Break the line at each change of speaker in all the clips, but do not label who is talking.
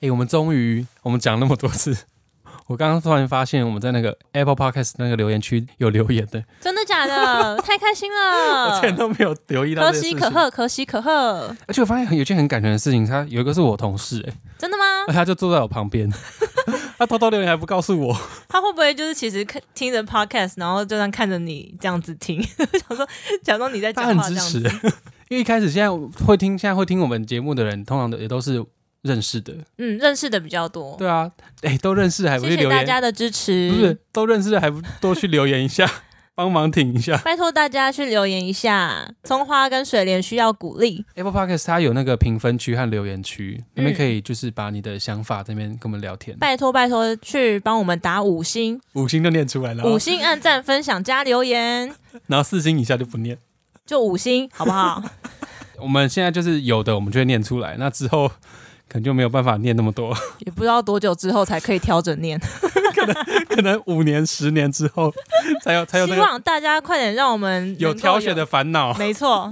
哎、我们终于，我们讲那么多次，我刚刚突然发现我们在那个 Apple Podcast 那个留言区有留言的，
真的 假的？太开心
我
了
之！前都没有留意到
嗯可
这件
喜
事
可
情。
贺，可喜可贺，
而且我发现有件很感人的事情，他有一个是我同事、哎，
真的吗
那？他就坐在我旁边， 他偷偷留言还不告诉我，
他会不会就是其实看听着 podcast，然后就像看着你这样子听， 想说假装你在
他
讲
很
话这
支
样
持
子？。
因为一开始现在会听，现在会听我们节目的人，通常的也都是认识的，
嗯，认识的比较多。
对啊，哎、都认识还不
谢
去
谢
留
大
言，
家的支持，
不是都认识还不多去留言一下， 帮忙挺一下。
拜托大家去留言一下，葱花跟水莲需要鼓励。
Apple Podcast 它有那个评分区和留言区，那边
嗯
可以就是把你的想法这边跟我们聊天，
拜托拜托，去帮我们打五星，
五星就念出来了，啊
五星按赞、分享加留言，
然后四星以下就不念。
就五星好 不好？
我们现在就是有的，我们就会念出来，那之后可能就没有办法念那么多，
也不知道多久之后才可以挑着念，
可能五年、十年之 后才有才有那
希
个
望大家快点让我们
有
能够
挑选的烦恼
有，。没错，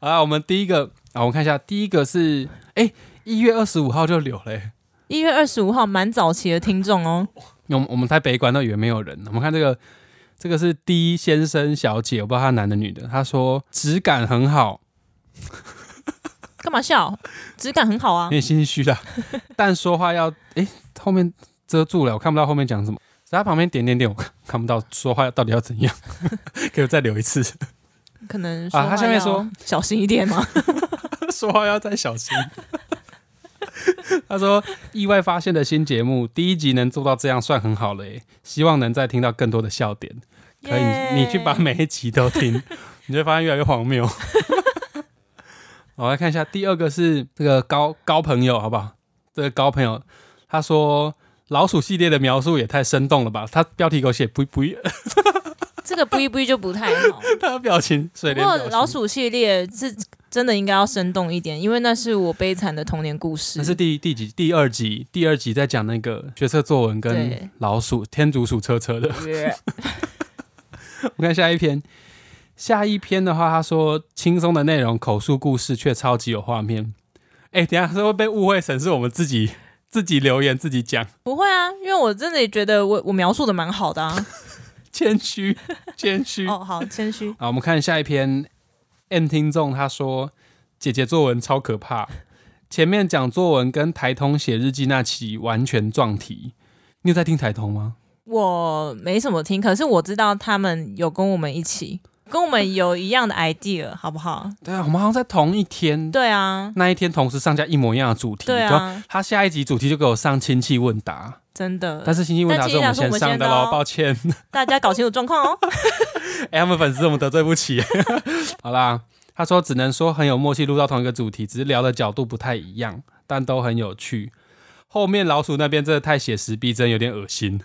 好啊，我们第一个啊，我看一下，第一个是哎，一月二十五号就有嘞、
一月二十五号蛮早期的听众哦，
我们我们在北馆都以为没有人，我们看这个，这个是 D 先生小姐，我不知道她男的女的，她说质感很好，
干嘛笑？质感很好啊
有，点心虚啦，但说话要诶，后面遮住了，我看不到后面讲什么。在她旁边点点点，我看看不到说话到底要怎样，给我再留一次。
可能
啊他下面
说话
说
要小心一点嘛，
说话要再小心。他说：“意外发现的新节目，第一集能做到这样算很好了耶，希望能再听到更多的笑点。 可以，你你去把
耶
每一集都听，你就会发现越来越荒谬。 我来看一下，第二个是这个高高朋友，好不好？这个高朋友他说老鼠系列的描述也太生动了吧？他标题给我写不 不，
这个不一不一就不太 好。
他的表情水
不
莲
过
表情
老鼠系列是真的应该要生动一点，因为那是我悲惨的童年故事
那。是第第几第二集？第二集在讲那个学测作文跟
对
老鼠天竺鼠车车的。 我看下一篇，下一篇的话，他说轻松的内容，口述故事却超级有画面。哎、等一下是会被误会成是我们自己自己留言自己讲，
不会啊，因为我真的也觉得我我描述的蛮好的啊。
谦虚谦虚。
哦，好谦虚，
好，我们看下一篇，M 听众他说姐姐作文超可怕，前面讲作文跟台通写日记那期完全撞题。你有在听台通吗？
我没什么听，可是我知道他们有跟我们一起，跟我们有一样的 idea，好不好？
对啊，我们好像在同一天，
对啊，
那一天同时上架一模一样的主题。
对
然后
啊，
他下一集主题就给我上亲戚问答，
真的
呃但，是亲戚问答是我们先上的喽，抱歉。
大家搞清楚状况 哦。
哎、他们粉丝我们得罪不起。 好啦，他说只能说很有默契，录到同一个主题，只是聊的角度不太一样，但都很有趣。后面老鼠那边真的太写实逼真，有点恶心。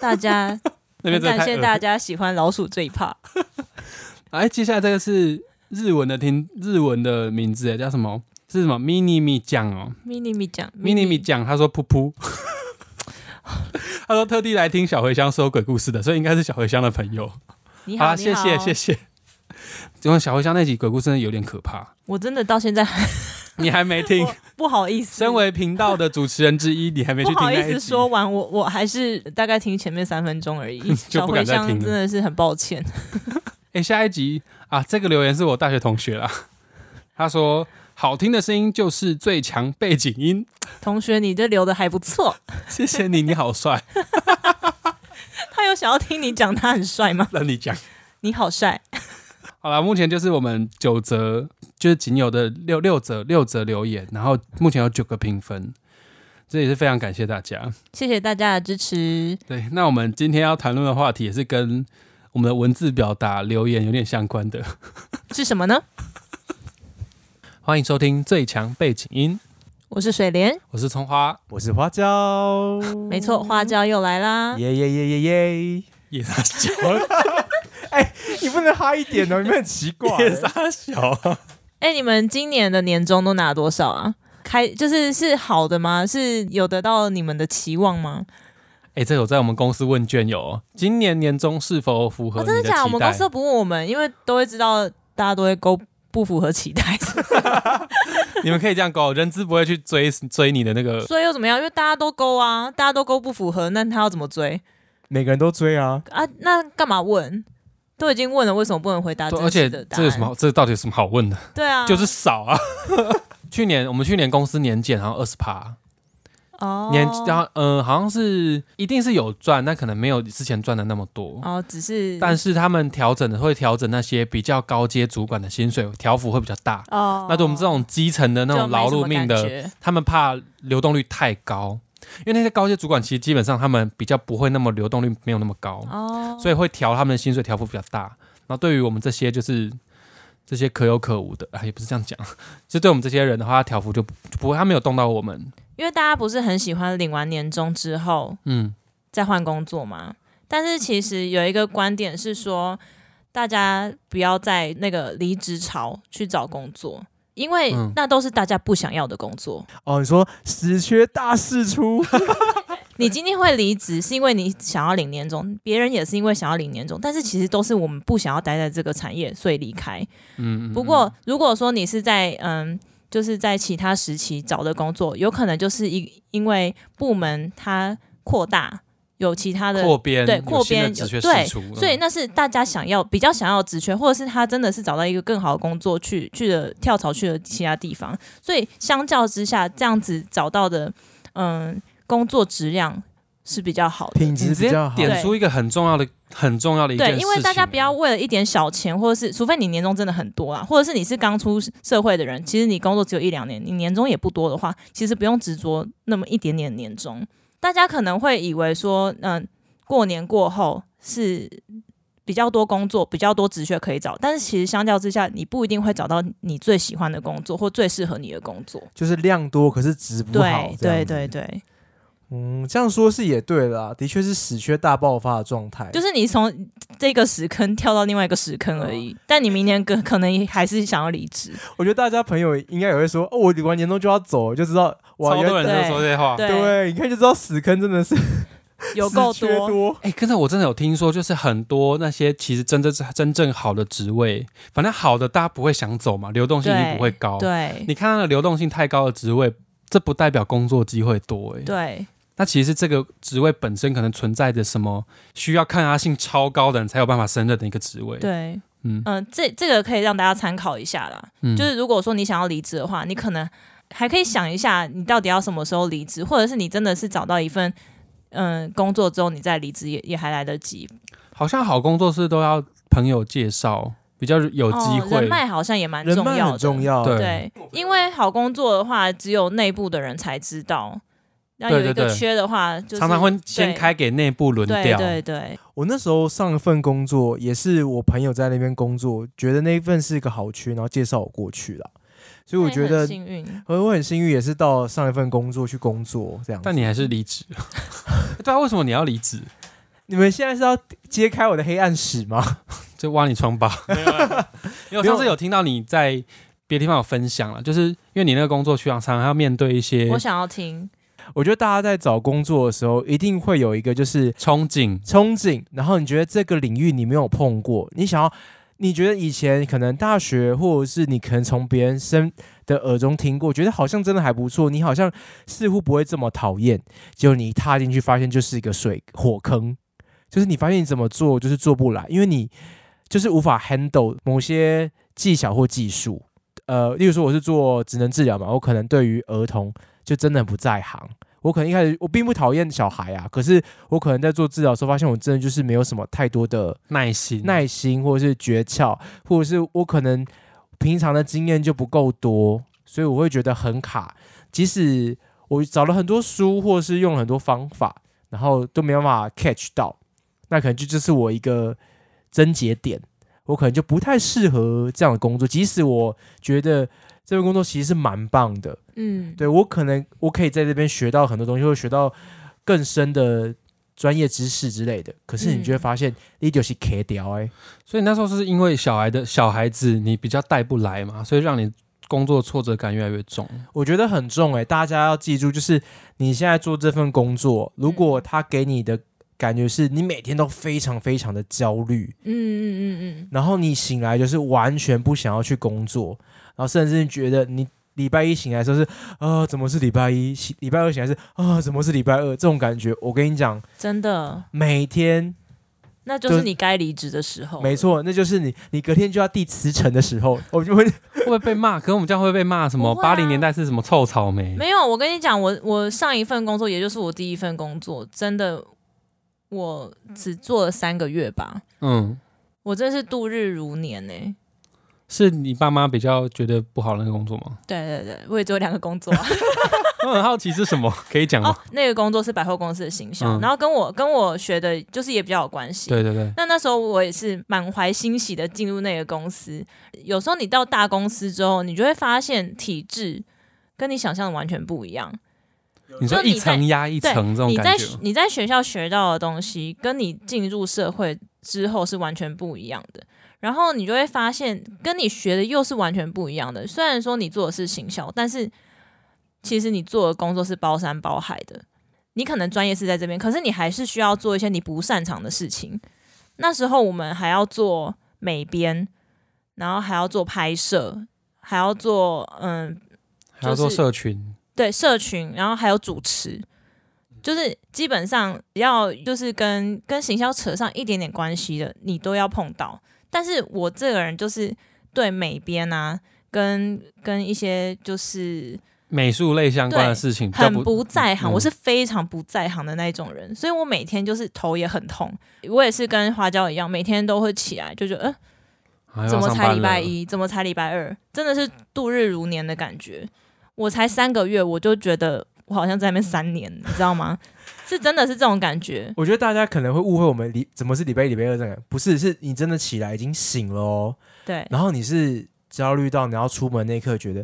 大家
那边真
很
的
感
太
谢
恶
大家喜欢老鼠这一趴，
哎，接下来这个是日文的听日文的名字，啊叫什么？是什么？mini mi 酱哦。
迷你米讲，迷
mini
你
米讲，他说噗 噗，他说特地来听小茴香说鬼故事的，所以应该是小茴香的朋友。
你
好
好，
啦，谢谢谢
谢，
谢。 因为小茴香那集鬼故事真的有点可怕，
我真的到现在还
你还没 听
我。不好意思，
身为频道的主持人之一，你还没去
不
听
好
那
意
一集
思说完，我我还是大概听前面三分钟而已，
就
小
不敢
茴
再
香
听了
真的是很抱歉。
哎、下一集啊，这个留言是我大学同学啦。 他说：“好听的声音就是最强背景音。
同学，你这留的还不错，”
谢谢你，你好帅。
他有想要听你讲他很帅吗？
让你讲。
你好帅，
好啦，目前就是我们九则，就是仅有的六六则六则留言，然后目前有九个评分，这也是非常感谢大家。
谢谢大家的支持。
对，那我们今天要谈论的话题也是跟我们的文字表达、留言有点相关的。
是什么呢？
欢迎收听最强背景音，
我是水莲，
我是葱花，
我是花 椒，
嗯
没错，花椒又来啦。
耶耶耶耶耶！
夜叉小，
哎你不能嗨一点哦，你们很奇 怪。
夜叉小，
哎、你们今年的年终都拿多少啊？开就是是好的吗？是有得到你们的期望吗？
哎、这有在我们公司问卷有、哦，今年年终是否符合
哦，
你的
真
期
的
待？
假的？我们公司都不问我们，因为都会知道大家都会勾不符合期 待，
你们可以这样勾，人资不会去追追你的那 个。
所以又怎么样？因为大家都勾啊，大家都勾不符合，那他要怎么追
每个人都追啊，
啊？那干嘛问？都已经问了，为什么不能回答
对
啊真
而且
实的答
这
案？
有什么好？这到底有什么好问的？
对啊，
就是少啊。 去年我们去年公司年检好像二十趴，
哦，
年然后嗯好像是一定是有赚，但可能没有之前赚的那么多。
哦，只是
但是他们调整的会调整那些比较高阶主管的薪水调幅会比较大。
哦，
那对我们这种基层的那
就
种
没
劳
什么
碌命
感
的，
觉，
他们怕流动率太高，因为那些高阶主管其实基本上他们比较不会那么流动率没有那么高，
哦，
所以会调他们的薪水调幅比较大。那对于我们这些就是这些可有可无的，啊，也不是这样讲，就对我们这些人的话，他调幅就不就不会，他没有动到我们。
因为大家不是很喜欢领完年终之后
嗯，
再换工作嘛。但是其实有一个观点是说，大家不要在那个离职潮去找工作，因为
嗯
那都是大家不想要的工作。
哦，你说死缺大事出，
你今天会离职，是因为你想要领年终，别人也是因为想要领年终，但是其实都是我们不想要待在这个产业，所以离开。
嗯嗯
不过如果说你是在嗯。就是在其他时期找的工作，有可能就是因因为部门它扩大，有其他的
扩编
呃对
有
扩
新的
编
职缺
对
释出，
所以
嗯
那是大家想要比较想要的职缺，或者是他真的是找到一个更好的工作去去了跳槽去了其他地方，所以相较之下，这样子找到的嗯工作质量是比较好的。
品
你
质
直
比
接
较好。
点出一个很重要的、很重要的一件事
对，
情，
因为大家不要为了一点小钱，或者是除非你年终真的很多啊，或者是你是刚出社会的人，其实你工作只有一两年，你年终也不多的话，其实不用执着那么一点点年终。大家可能会以为说，嗯、过年过后是比较多工作、比较多职缺可以找，但是其实相较之下，你不一定会找到你最喜欢的工作或最适合你的工作。
就是量多，可是值不好
对。
这样
对
子
对，对，
嗯，这样说是也对啦，的确是死缺大爆发的状态。
就是你从这个屎坑跳到另外一个屎坑而
嗯
已，但你明年可可能还是想要离职。
我觉得大家朋友应该也会说，哦，我领完年终就要走，就知道哇，
超
原
多
来
人在说这些话。
对
对，一看就知道死坑真的是
有够
死缺
多，
多。
哎、刚才我真的有听说，就是很多那些其实真正真正好的职位，反正好的大家不会想走嘛，流动性一定不会高。
对
哦你看那个流动性太高的职位，这不代表工作机会多哎、
对
那其实是这个职位本身可能存在着什么需要抗压性超高的人才有办法胜任的一个职位。，
对，
嗯
嗯，这这个可以让大家参考一下啦。
嗯
就是如果说你想要离职的话，你可能还可以想一下，你到底要什么时候离职，或者是你真的是找到一份嗯工作之后你再离职也也还来得及。
好像好工作室都要朋友介绍，比较有机
哦、
会。
人脉好像也蛮
人
重
脉
要
很
的，
重要，啊
对
对，因为好工作的话，只有内部的人才知道。那有
对
一
对
个
对
缺的话，就是
常常会先
对
开给内部轮
对
调。
对对，
我那时候上一份工作也是我朋友在那边工作，觉得那一份是一个好区，然后介绍我过去了，所以我
那你
觉
很
得
幸运，
我我很幸运，也是到上一份工作去工作这样子。
但你还是离职。 对啊，为什么你要离职？
你们现在是要揭开我的黑暗史吗？
就挖你 疮疤。啊因为我上次有听到你在别的地方有分享了，就是因为你那个工作需要常常要面对一些
我想要听，
我觉得大家在找工作的时候，一定会有一个就是
憧憬，
憧憬，然后你觉得这个领域你没有碰过，你想要，你觉得以前可能大学或者是你可能从别人身的耳中听过，觉得好像真的还不错，你好像似乎不会这么讨厌，结果你一踏进去发现就是一个水火坑，就是你发现你怎么做就是做不来，因为你就是无法 handle 某些技巧或技术。呃，例如说我是做职能治疗嘛，我可能对于儿童就真的很不在行。我可能一开始我并不讨厌小孩啊，可是我可能在做治疗的时候，发现我真的就是没有什么太多的
耐心，
耐心，或者是诀窍，或者是我可能平常的经验就不够多，所以我会觉得很卡。即使我找了很多书，或者是用了很多方法，然后都没办法 catch 到，那可能就这是我一个症结点。我可能就不太适合这样的工作，即使我觉得这份工作其实是蛮棒的，
嗯，
对我可能我可以在这边学到很多东西，或者学到更深的专业知识之类的。可是你就会
嗯
发现，你就是卡掉哎，
所以那时候是因为小孩的小孩子你比较带不来嘛，所以让你工作挫折感越来越重。
我觉得很欸重哎、大家要记住，就是你现在做这份工作，如果他给你的感觉是你每天都非常非常的焦虑，
嗯嗯嗯
然后你醒来就是完全不想要去工作，然后甚至觉得你礼拜一醒来的时候是啊、怎么是礼拜一？醒礼拜二醒来是啊、怎么是礼拜二？这种感觉，我跟你讲
嗯，，真的，
每天
那就是
就
你该离职的时候。
没，错，那就是你你隔天就要递辞呈的时 候，我就会
会不会被 骂？可能我们这样会不会被骂什么？
不会啊
八零、年代是什么臭草莓？
没有。我跟你讲，我我上一份工作，也就是我第一份工作，真的，我只做了三个月吧，
嗯，
我真是度日如年欸呢、
是你爸妈比较觉得不好的那个工作吗？
对对对，我也只有两个工作啊、
我很好奇是什么，可以讲吗？
哦，那个工作是百货公司的行销，
嗯
然后跟我跟我学的就是也比较有关系。
对对对，
那那时候我也是满怀欣喜的进入那个公司。有时候你到大公司之后，你就会发现体制跟你想象的完全不一样。
你说
就你
一
在
层压一
对
层这种
你
感
在
觉
学，你在学校学到的东西，跟你进入社会之后是完全不一样的。然后你就会发现，跟你学的又是完全不一样的。虽然说你做的是行销，但是其实你做的工作是包山包海的。你可能专业是在这边，可是你还是需要做一些你不擅长的事情。那时候我们还要做美编，然后还要做拍摄，还要做嗯
还要做
就是
社群，
对社群，然后还有主持，
嗯
就是基本上只要就是跟跟行销扯上一点点关系的，你都要碰到。但是我这个人就是对美编啊，跟跟一些就是
美术类相关的
对
事情比较
很
不
不在行，
嗯
我是非常不在行的那一种人，所以我每天就是头也很痛。我也是跟花椒一样，每天都会起来就觉得，呃，
啊又要
怎么
上
才
班
礼拜
了
一，怎么才礼拜二，真的是度日如年的感觉。我才三个月，我就觉得我好像在那边三年，你知道吗？是真的是这种感觉。
我觉得大家可能会误会我们礼怎么是礼拜一、礼拜二这个，不是，是你真的起来已经醒了哦，
对，
然后你是焦虑到你要出门那一刻觉得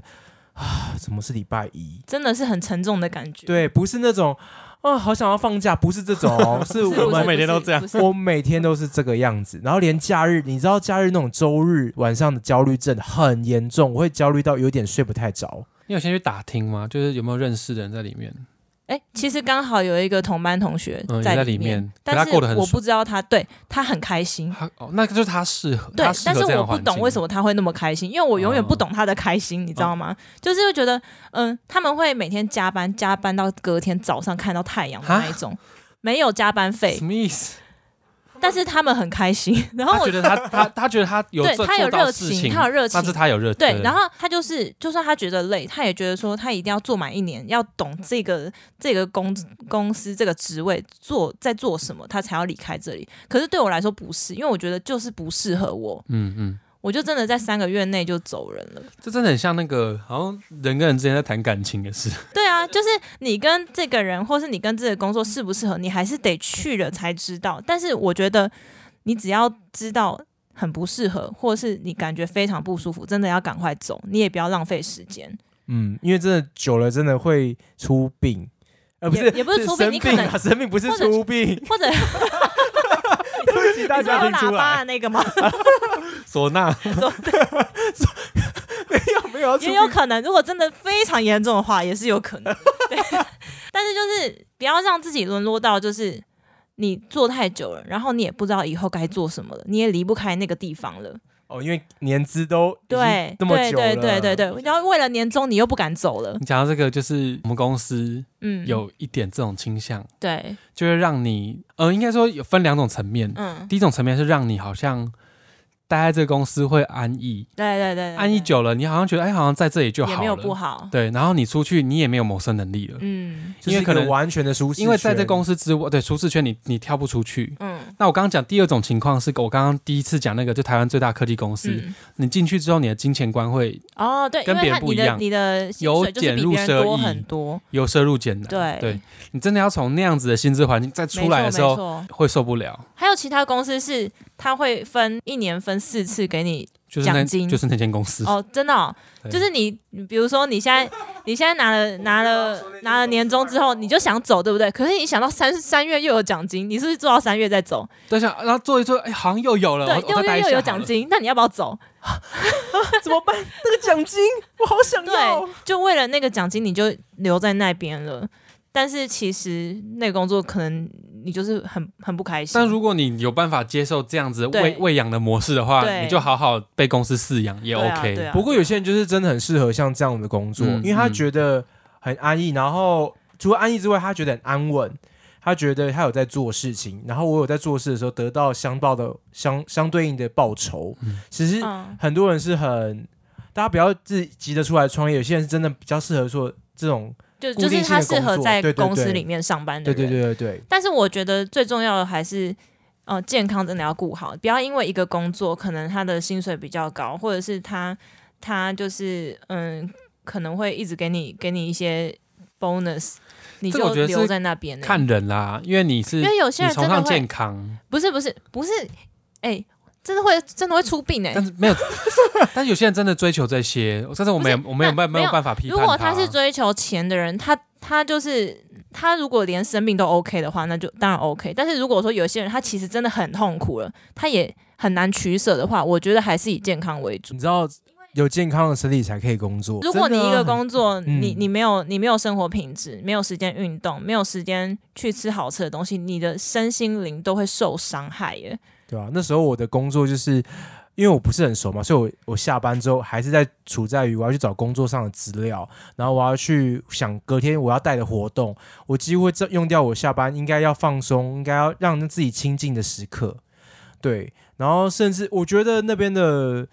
啊，怎么是礼拜一？
真的是很沉重的感觉。
对，不是那种啊，好想要放假，不是这种 哦、是
不是，
我
不是
们
每天都
不是
这样
不是
我每天都是这个样子，然后连假日，你知道假日那种周日晚上的焦虑症很严重，我会焦虑到有点睡不太着。
你有先去打听吗？就是有没有认识的人在里面？
哎、其实刚好有一个同班同学
嗯也在
在
里面可
但
他
是
过得很
我
爽
不知道他对他很开心。
他哦，那个就是他适合，
对
他，适
但
合
是
这样
我
的环
不
境嗯
懂为什么他会那么开心，因为我永远不
哦
懂他的开心，你知道吗？就是会觉得，嗯，他们会每天加班，加班到隔天早上看到太阳的那一种，没有加班费
什，么意思？
但是他们很开心。然后
他
我
觉得他他他觉得他有
对
做
他有
做到
热
事
情
情，
他有热
但是
情
他有热
对，然后他就是，就算他觉得累，他也觉得说他一定要做满一年，要懂这个这个公公司这个职位做在做什么，他才要离开这里。可是对我来说不是，因为我觉得就是不适合我，
嗯嗯，
我就真的在三个月内就走人了。
这真的很像那个好像人跟人之间在谈感情的事，
对啊，就是你跟这个人，或是你跟这个工作适不适合，你还是得去了才知道。但是我觉得，你只要知道很不适合，或是你感觉非常不舒服，真的要赶快走，你也不要浪费时间。
嗯，因为真的久了，真的会出病，呃，不
也
是
也不是出病
生
你可
病
能
啊，生病不是
或者
出病，
或者
对不起大
你知道
家
有
听出
喇叭
来
的那个吗？
唢呐
没有要出
也
病
有可能，如果真的非常严重的话，也是有可能。对，但是就是不要让自己沦落到就是你做太久了，然后你也不知道以后该做什么了，你也离不开那个地方了。
哦，因为年资都已经
对，
这么
对
久了
对对对对，然后为了年终你又不敢走了，
你讲到这个，就是我们公司
嗯，
有一点这种倾向，
对，
就会让你，呃，应该说有分两种层面。
嗯，
第一种层面是让你好像待在这个公司会安逸，
对对对对，
安逸久了，你好像觉得哎，好像在这里就好
也
了，
没有不好，
对，然后你出去你也没有谋生能力了，
嗯
就是
因为可能
一个完全的舒适圈，
因为在这公司之外，对舒适圈你你跳不出去。
嗯
那我刚刚讲第二种情况是我刚刚第一次讲那个，就台湾最大科技公司，
嗯，
你进去之后，你的金钱观会
哦对，因
跟
为
别
他
人不
你
一
的
样
你的薪
由
水就是
俭
比
入
别人
奢
多
易
很多，
由奢入俭难。
对
对你真的要从那样子的薪资环境再出
没
来
错
的时
没
候，
错
会受不了。
还有其他公司是他会分一年分四次给你
就是那
奖金
就是那间公司，
哦，真的、哦，
对
就是你比如说你现在你现在拿了拿了拿了年终之后，你就想走，对不对？可是你想到三三月又有奖金，你是不是做到三月再走？
对，想然后做一做，哎，好像又有了，
对
我，我
六
再待
月
一
又
下
有
好
奖
了。
金，那你要不要走？
怎么办？那个奖金我好想要
对，，就为了那个奖金你就留在那边了。但是其实那个工作可能你就是很很不开心。
但如果你有办法接受这样子
对
喂喂养的模式的话，
对
你就好好被公司饲养也
对啊
OK。
对啊
不过有些人就是真的很适合像这样的工作，
嗯
因为他觉得很安逸，然后除了安逸之外，他觉得很安稳，他觉得他有在做事情，然后我有在做事的时候得到相报的相相对应的报酬。其实
嗯
很多人是很，大家不要自己急着出来创业，有些人是真的比较适合做这种，
就
固
就
定
是
性
他
的
适
工
合
作
在
对对
公司
对
里面上班的
对
人。
对对对对，
但是我觉得最重要的还是，呃，健康真的要顾好，不要因为一个工作可能他的薪水比较高，或者是他他就是嗯，可能会一直给你给你一些 bonus，你
这个
就
我觉得
留
是
在那边、欸。
看人啦，因为你是
因为有些
你
人
崇
真的
尚
会
健康，
不是不是不是，哎、真的会真的会出病哎、
但是没有， 但是有些人真的追求这些，但是我们也我们也没有
那
没
没
有
有
办法批判啊
如果他是追求钱的人，他他就是他如果连生病都 OK 的话，那就当然 OK。但是如果说有些人他其实真的很痛苦了，他也很难取舍的话，我觉得还是以健康为主。
你知道有健康的身体才可以工作。
如果你一
真的
个
很
工作，
嗯
你你没有你没有生活品质，没有时间运动，没有时间去吃好吃的东西，你的身心灵都会受伤害耶。
对啊，那时候我的工作就是因为我不是很熟嘛，所以我我下班之后还是在处在于我要去找工作上的资料，然后我要去想隔天我要带的活动，我几乎会这用掉我下班应该要放松，应该要让自己清静的时刻。对，然后甚至我觉得那边的。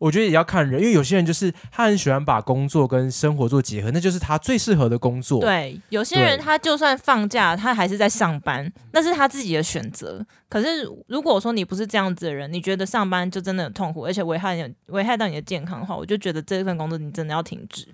我觉得也要看人，因为有些人就是他很喜欢把工作跟生活做结合，那就是他最适合的工作。
对，有些人
对
他就算放假，他还是在上班，那是他自己的选择。可是如果说你不是这样子的人，你觉得上班就真的很痛苦，而且危害你的危害到你的健康的话，我就觉得这份工作你真的要停止。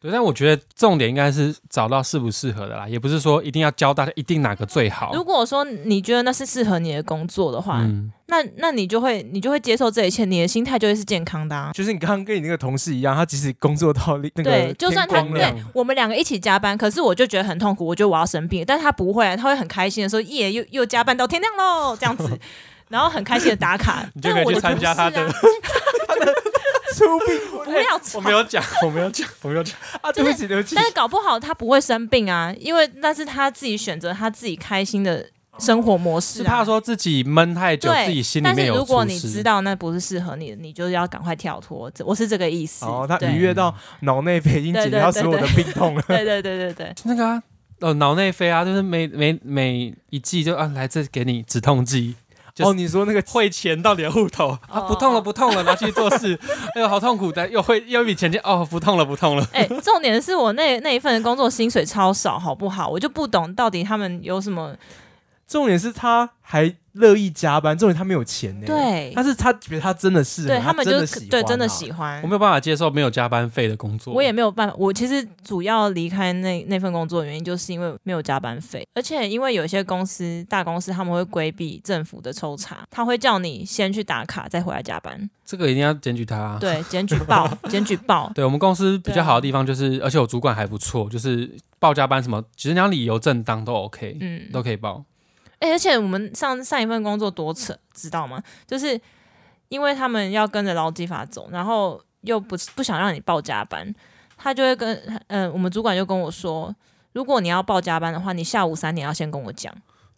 对，但我觉得重点应该是找到适不适合的啦，也不是说一定要教大家一定哪个最好。
如果说你觉得那是适合你的工作的话，
嗯，
那那你就会你就会接受这一切，你的心态就会是健康的、啊。
就是你刚刚跟你那个同事一样，他即使工作到那个
对，就算他
天光亮
对我们两个一起加班，可是我就觉得很痛苦，我觉得我要生病，但是他不会啊，他会很开心的说耶，又又加班到天亮喽，这 样子，然后很开心的打卡
你。就
但
可以
是我
去
就
参
不
加
是
他的
啊
出 殡，
不要 吵
我。没有讲，
啊
我没有讲，我没有讲。
啊，对不起，对不起
但。是搞不好他不会生病啊，因为那是他自己选择他自己开心的生活模式、
是
啊。
怕说自己闷太久，
对，
自己心里
但
面
是
有
如果
出
你
事
知道那不是适合你的，你就要赶快跳脱。这我是这个意思。
哦，他
对
愉悦到脑内啡已经解决他所有的病痛 了。
对对对对对，
那个啊，呃，脑内啡啊，就是每每每一季就啊，来这给你止痛剂，对对对
哦，你说那个
汇钱到你的户头啊，
哦
不痛了，不痛了，拿去做 事，哎呦，好痛苦的，又会又一笔钱进，哦，不痛了，不痛了。
哎、重点是我那那一份工作薪水超少，好不好？我就不懂到底他们有什么
重点是他还乐意加班，重点他没有钱呢。，
对
但是他觉得他真的是，
对，
他
们
真
就
的
是
喜欢啊
对真的喜欢
我。没有办法接受没有加班费的工作，
我也没有办法，我其实主要离开那那份工作的原因，就是因为没有加班费，而且因为有些公司大公司他们会规避政府的抽查，他会叫你先去打卡再回来加班，
这个一定要检举他、啊。
对，检举 报，检举报，
对我们公司比较好的地方就是，而且我主管还不错，就是报加班什么，只要你要理由正当都 OK，、
嗯，
都可以报。
哎、而且我们上上一份工作多扯，知道吗？就是因为他们要跟着劳基法走，然后又不不想让你报加班，他就会跟嗯、我们主管就跟我说，如果你要报加班的话，你下午三点要先跟我讲，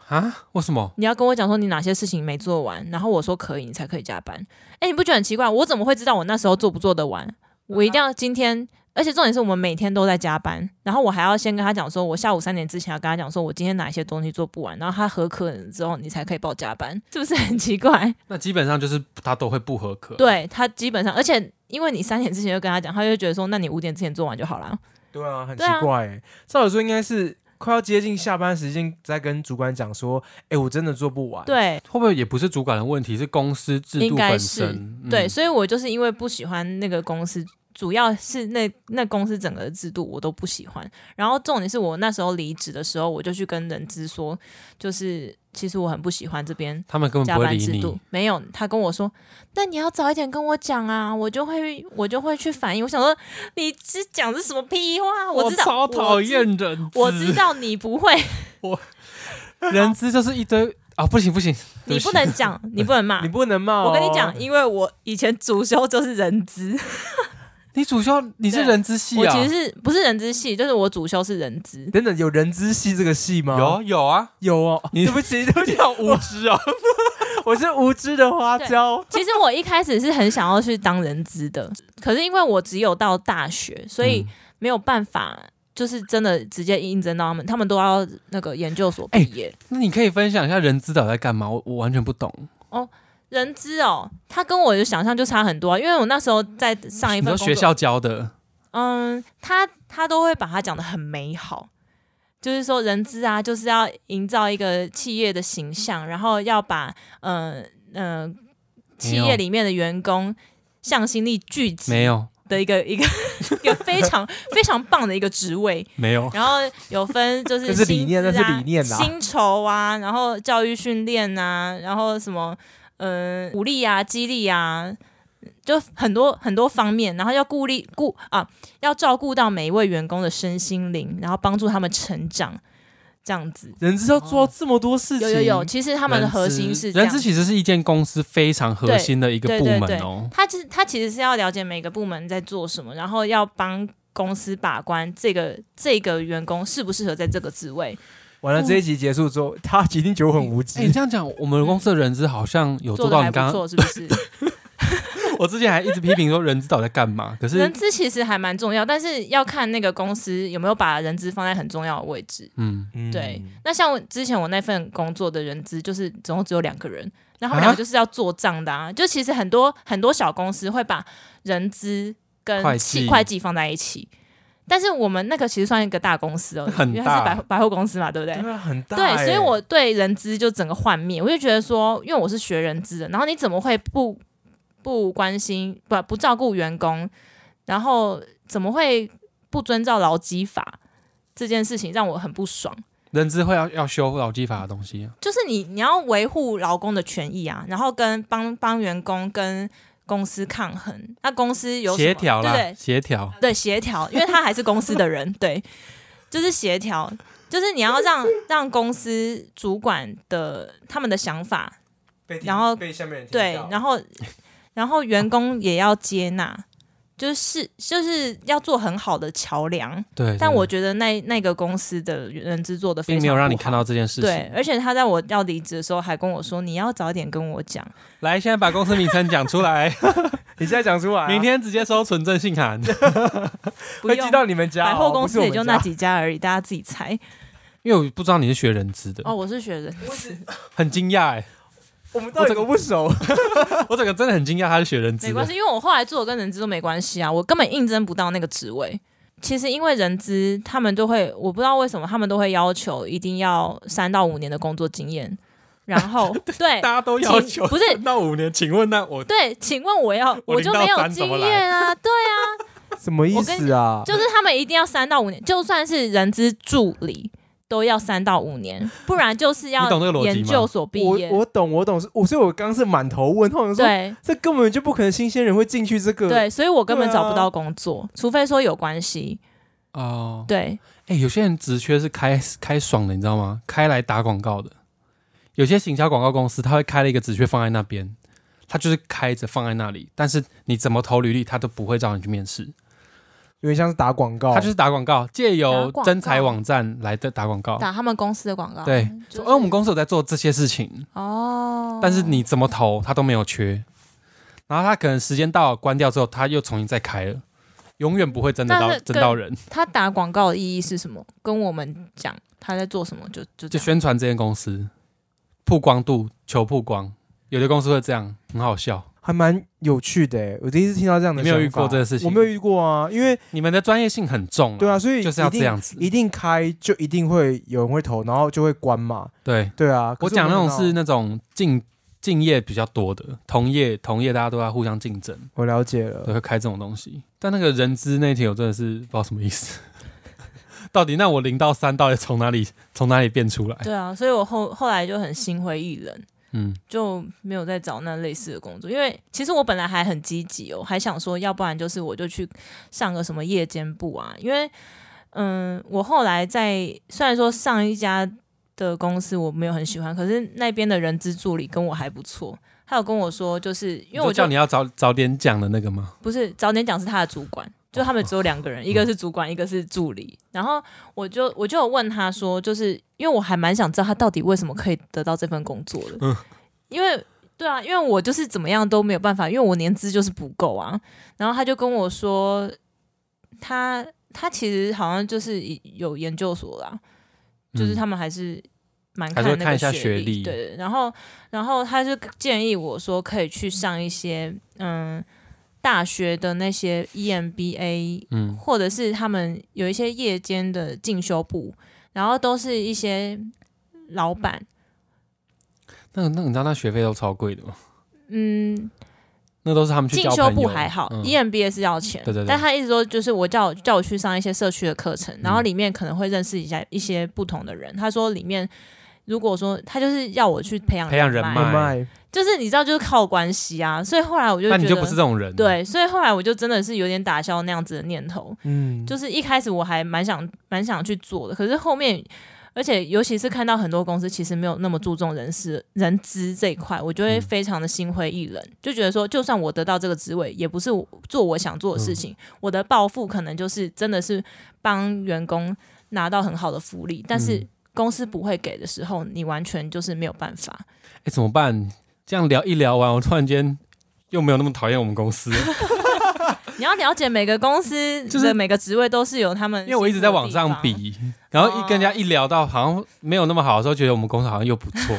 嗯
啊？为什么？
你要跟我讲说你哪些事情没做完，然后我说可以，你才可以加班。哎、你不觉得很奇怪？我怎么会知道我那时候做不做得完？我一定要今天。而且重点是我们每天都在加班，然后我还要先跟他讲说，我下午三点之前要跟他讲说，我今天哪一些东西做不完，然后他合可能之后你才可以报加班，是不是很奇怪？
那基本上就是他都会不合格。，
对他基本上，而且因为你三点之前就跟他讲，他就觉得说，那你五点之前做完就好了。
对啊，很奇
对啊
怪欸。照理说应该是快要接近下班时间，再跟主管讲说，哎，我真的做不完。，
对、啊
会不会也不是主管的问题，是公司制度
应该
本
是
身？嗯
对，所以我就是因为不喜欢那个公司，主要是那那公司整个的制度我都不喜欢。然后重点是我那时候离职的时候，我就去跟人资说，就是其实我很不喜欢这边
他们根本
加
不会
班
理
制度
你。
没有，他跟我说，那你要早一点跟我讲啊，我就会我就会去反映。我想说，你这讲的是什么屁话？知道，
超
我
讨
知，
厌人资，
我知道你不会，
人资就是一堆啊，不行不行，对
你
起
不能讲， 你不能骂
你。不能骂哦。
我跟你讲，因为我以前主修就是人资，
你你主修你是
对
人资系
我
啊？
其实是不是人资系，就是我主修是人资。
等等，有人资系这个系吗？
有有啊，
有哦，
你
对不起，对不起，
好无知哦。
我是无知的花椒。
其实我一开始是很想要去当人资的，可是因为我只有到大学，所
嗯
以没有办法，就是真的直接应征到他们，他们都要那个研究所毕业。
那你可以分享一下人资导在干嘛？我我完全不懂。
人资哦，他跟我的想象就差很多、啊，因为我那时候在上一
你说
份工作
学，校教的，
嗯，他他都会把它讲的很美好，就是说人资啊，就是要营造一个企业的形象，然后要把嗯嗯、呃企
没有
业里面的员工向心力聚集，
没有
的一个一个 一个非常非常棒的一个职位，
没有，
然后有分就是
这是理
薪
念
资
这是
啊
理念啊
薪酬啊，然后教育训练啊，然后什么呃鼓励啊、激励啊，就很多很多方面，然后要顾虑顾啊，要照顾到每一位员工的身心灵，然后帮助他们成长，这样子。
人资要做
哦
这么多事情，
有有有，其实他们的核心是这
人
样
资其实是一间公司非常核心的一个
对
部
对
门
对
哦。
他其实他其实是要了解每个部门在做什么，然后要帮公司把关这个这个员工适不适合在这个职位
完了这一集结束之后，他一定觉得我很无
哎，你
知。
这样讲，我们公司的人资好像有
做
做
的
到
还
你
不
刚刚。
错，是不是？
我之前还一直批评说人资导在干 嘛，可是
嗯人资其实还蛮重要，但是要看那个公司有没有把人资放在很重要的位置。
嗯，
嗯
对，那像我之前我那份工作的人资，就是总共只有两个人，然后
啊
他们两个就是要做账的啊。就其实很多很多小公司会把人资跟
会
企
计
会计放在一起，但是我们那个其实算一个大公司哦，
很
因为它
大
是百货百货公司嘛，对不对？
对啊，很大
对，
欸。
所以我对人资就整个幻灭，我就觉得说，因为我是学人资的，然后你怎么会不不关心不不照顾员工，然后怎么会不遵照劳基法这件事情让我很不爽。
人资会要要修劳基法的东西啊。
就是你你要维护劳工的权益啊，然后跟帮帮员工跟公司抗衡，那公司有什么
协调
对不
啦，
对
协调。
对协调，因为他还是公司的人， 对，就是协调，就是你要让让公司主管的他们的想法，
被听
然后
被下面人听
对
到，
然后然后员工也要接纳，就是就是要做很好的桥梁。
对，
但
对
我觉得那那个公司的人资做的非常
并没有让你
不好
看到这件事情。
对，而且他在我要离职的时候还跟我说，你要早点跟我讲。
来，现在把公司名称讲出 来，
你现在讲出来啊，
明天直接收存证信函。
不
会
用
寄到你们家哦，
百货公
不是
司
我
也
们
就那
家
几家而已，大家自己猜。
因为我不知道你是学人资的，
哦，我是学人，
很惊讶哎，
我们到底
我整
都 不熟。
我整个真的很惊讶他是学人资
没关
的
系，。因为我后来做的跟人资都没关系啊，我根本应征不到那个职位。其实因为人资他们都会，我不知道为什么他们都会要求一定要三到五年的工作经验，然 后对
大家都要求
请不是
三到五年，请问那我
对，请问我要
我
我
零
就
到
没有
三怎
经
么来
验 啊，对啊，
什么意
我跟
思啊？
就是他们一定要三到五年，就算是人资助理都要三到五年，不然就是要
你懂这个逻辑吗
研究所毕
我
业。
我懂，我懂，是我所以我刚是满头问号，我想说
对
这根本就不可能，新鲜人会进去这个。，
对，所以我根本
对啊
找不到工作，除非说有关系。
哦，
对，
哎，有些人职缺是开开爽的，你知道吗？开来打广告的，有些行销广告公司他会开了一个职缺放在那边，他就是开着放在那里，但是你怎么投履历，他都不会找你去面试，
有点像是打广告。
他就是打广告，借由
哦打广告
征才网站来的打广告。
打他们公司的广告。啊
对，
就
说
是
哎，我们公司有在做这些事情，
哦，
但是你怎么投，他都没有缺。然后他可能时间到了关掉之后，他又重新再开了，永远不会真的
但
到
是
真到人，
他打广告的意义是什么？跟我们讲他在做什么，就就这
就
样
宣传这间公司，曝光度求曝光。有的公司会这样，很好笑。
还蛮有趣的欸，我第一次听到这样的
你没有
想
遇过
法
这个事情
我没有遇过啊，因为
你们的专业性很重、
对啊，，所以
就是要
一定
这样子
一定开就一定会有人会投，然后就会关嘛，
对
对啊。可
我
是
讲那种
没想到
是，那种竞竞业比较多的，同业同业大家都在互相竞争，
我了解了
都，会开这种东西。但那个人资那题我真的是不知道什么意思， 到底那我零到三到底从哪里从哪里变出来？
对啊，所以我后后来就很心灰意冷。
嗯，
就没有再找那类似的工作，因为其实我本来还很积极哦，还想说，要不然就是我就去上个什么夜间部啊，因为嗯，我后来在虽然说上一家的公司我没有很喜欢，可是那边的人资助理跟我还不错，他有跟我说，就是因为
就
我
叫
就
你要早早点讲的那个吗？
不是早点讲是他的主管，就他们只有两个人，一个是主管，一个是助理。然后我就我就有问他说，就是因为我还蛮想知道他到底为什么可以得到这份工作的，
嗯
因为。对啊，因为我就是怎么样都没有办法，因为我年资就是不够啊。然后他就跟我说，他他其实好像就是有研究所啦，就是
嗯
他们还是蛮
还是
看
会
那
看
个
一下学
历，
历
对对。然后，然后他就建议我说，可以去上一些嗯大学的那些 E EMBA，
嗯
或者是他们有一些夜间的进修部，然后都是一些老板，
那那你知道那学费都超贵的吗？
嗯，
那都是他们去
进
交
修
朋
部
友。
还好、
嗯
e m b a 是要钱，
对对对
但他一直说就是我叫我叫我去上一些社区的课程，然
嗯
后里面可能会认识一下一些不同的人。他说里面如果说他就是要我去培养
培养人
脉，
脉
卖
就是你知道就是靠关系啊，所以后来我就
那
觉得
你就不是这种人。，啊
对，所以后来我就真的是有点打消那样子的念头。
嗯，
就是一开始我还蛮想蛮想去做的，可是后面，而且尤其是看到很多公司其实没有那么注重人事人资这一块，我就会
嗯
非常的心灰意冷，就觉得说，就算我得到这个职位，也不是我做我想做的
嗯
事情，我的抱负可能就是真的是帮员工拿到很好的福利，但是
嗯
公司不会给的时候，你完全就是没有办法。
哎、怎么办？这样聊一聊完，我突然间又没有那么讨厌我们公 司，
你要了解每个公司
就是
的每个职位都是有他们，
因为我一直在往上。比，然后一跟人家一聊到好像没有那么好的时候，觉得我们公司好像又不 错，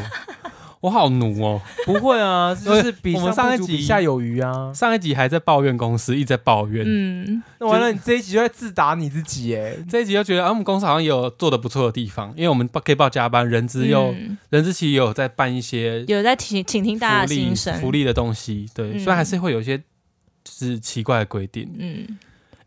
我好奴哦。
不会啊，就是比
我们
上
上
不
一
足
集
比下有余啊。
上一集还在抱怨公司，一直在抱怨，
嗯，
那完了，你这一集就在自打你自己哎。
这一集又觉得啊，我们公司好像也有做的不错的地方，因为我们报可以报加班，人资又、
嗯
人资其实也有在办一些
有在请请听大家
福
的
利
心声，
福利的东西，对，
嗯
虽然还是会有一些就是奇怪的规定，
嗯，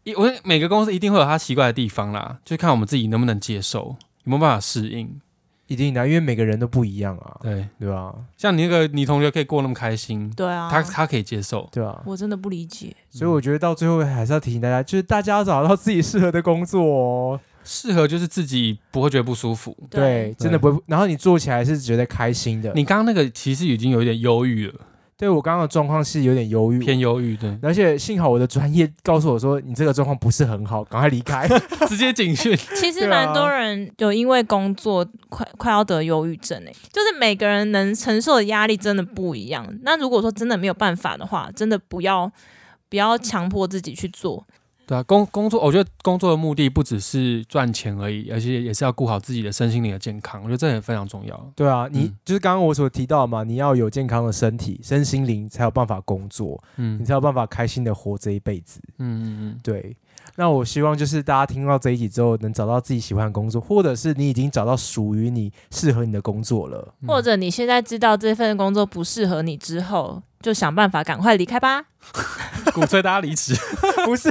一我每个公司一定会有它奇怪的地方啦，就看我们自己能不能接受，有没有办法适应。
一定的，因为每个人都不一样啊，
对，
对吧？
像你那个女同学可以过那么开心，
对啊，
她她可以接受，
对啊，
我真的不理解。
所以我觉得到最后还是要提醒大家，就是大家要找到自己适合的工作哦。
适合就是自己不会觉得不舒服。
对，真的不会。然后你做起来是觉得开心的。
你刚刚那个其实已经有一点忧郁了，
对我刚刚的状况是有点忧郁，，
偏忧郁， 对
而且幸好我的专业告诉我说你这个状况不是很好，赶快离开。
直接警讯。
其实
对啊
蛮多人有因为工作快快要得忧郁症诶、欸就是每个人能承受的压力真的不一样。那如果说真的没有办法的话，真的不要不要强迫自己去做。
对啊，工工作，我觉得工作的目的不只是赚钱而已，而且也是要顾好自己的身心灵的健康，我觉得这也非常重要。
对啊，你、
嗯
就是刚刚我所提到的嘛，你要有健康的身体、身心灵，才有办法工作，你
嗯
才有办法开心的活这一辈子。
嗯嗯
对，那我希望就是大家听到这一集之后，能找到自己喜欢的工作，或者是你已经找到属于你适合你的工作了。
嗯，
或者你现在知道这份工作不适合你之后，就想办法赶快离开吧。
鼓吹大家离职。
不是，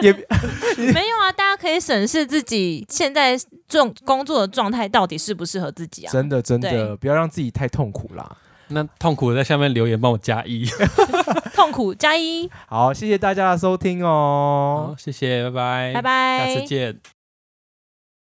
也
没有啊，大家可以审视自己现在状工作的状态到底适不适合自己啊。
真的真
对
的，不要让自己太痛苦啦。
那痛苦的在下面留言帮我加一。
痛苦加一，
好，谢谢大家的收听哦。
好，谢谢，拜拜，
拜拜，
哎下次见。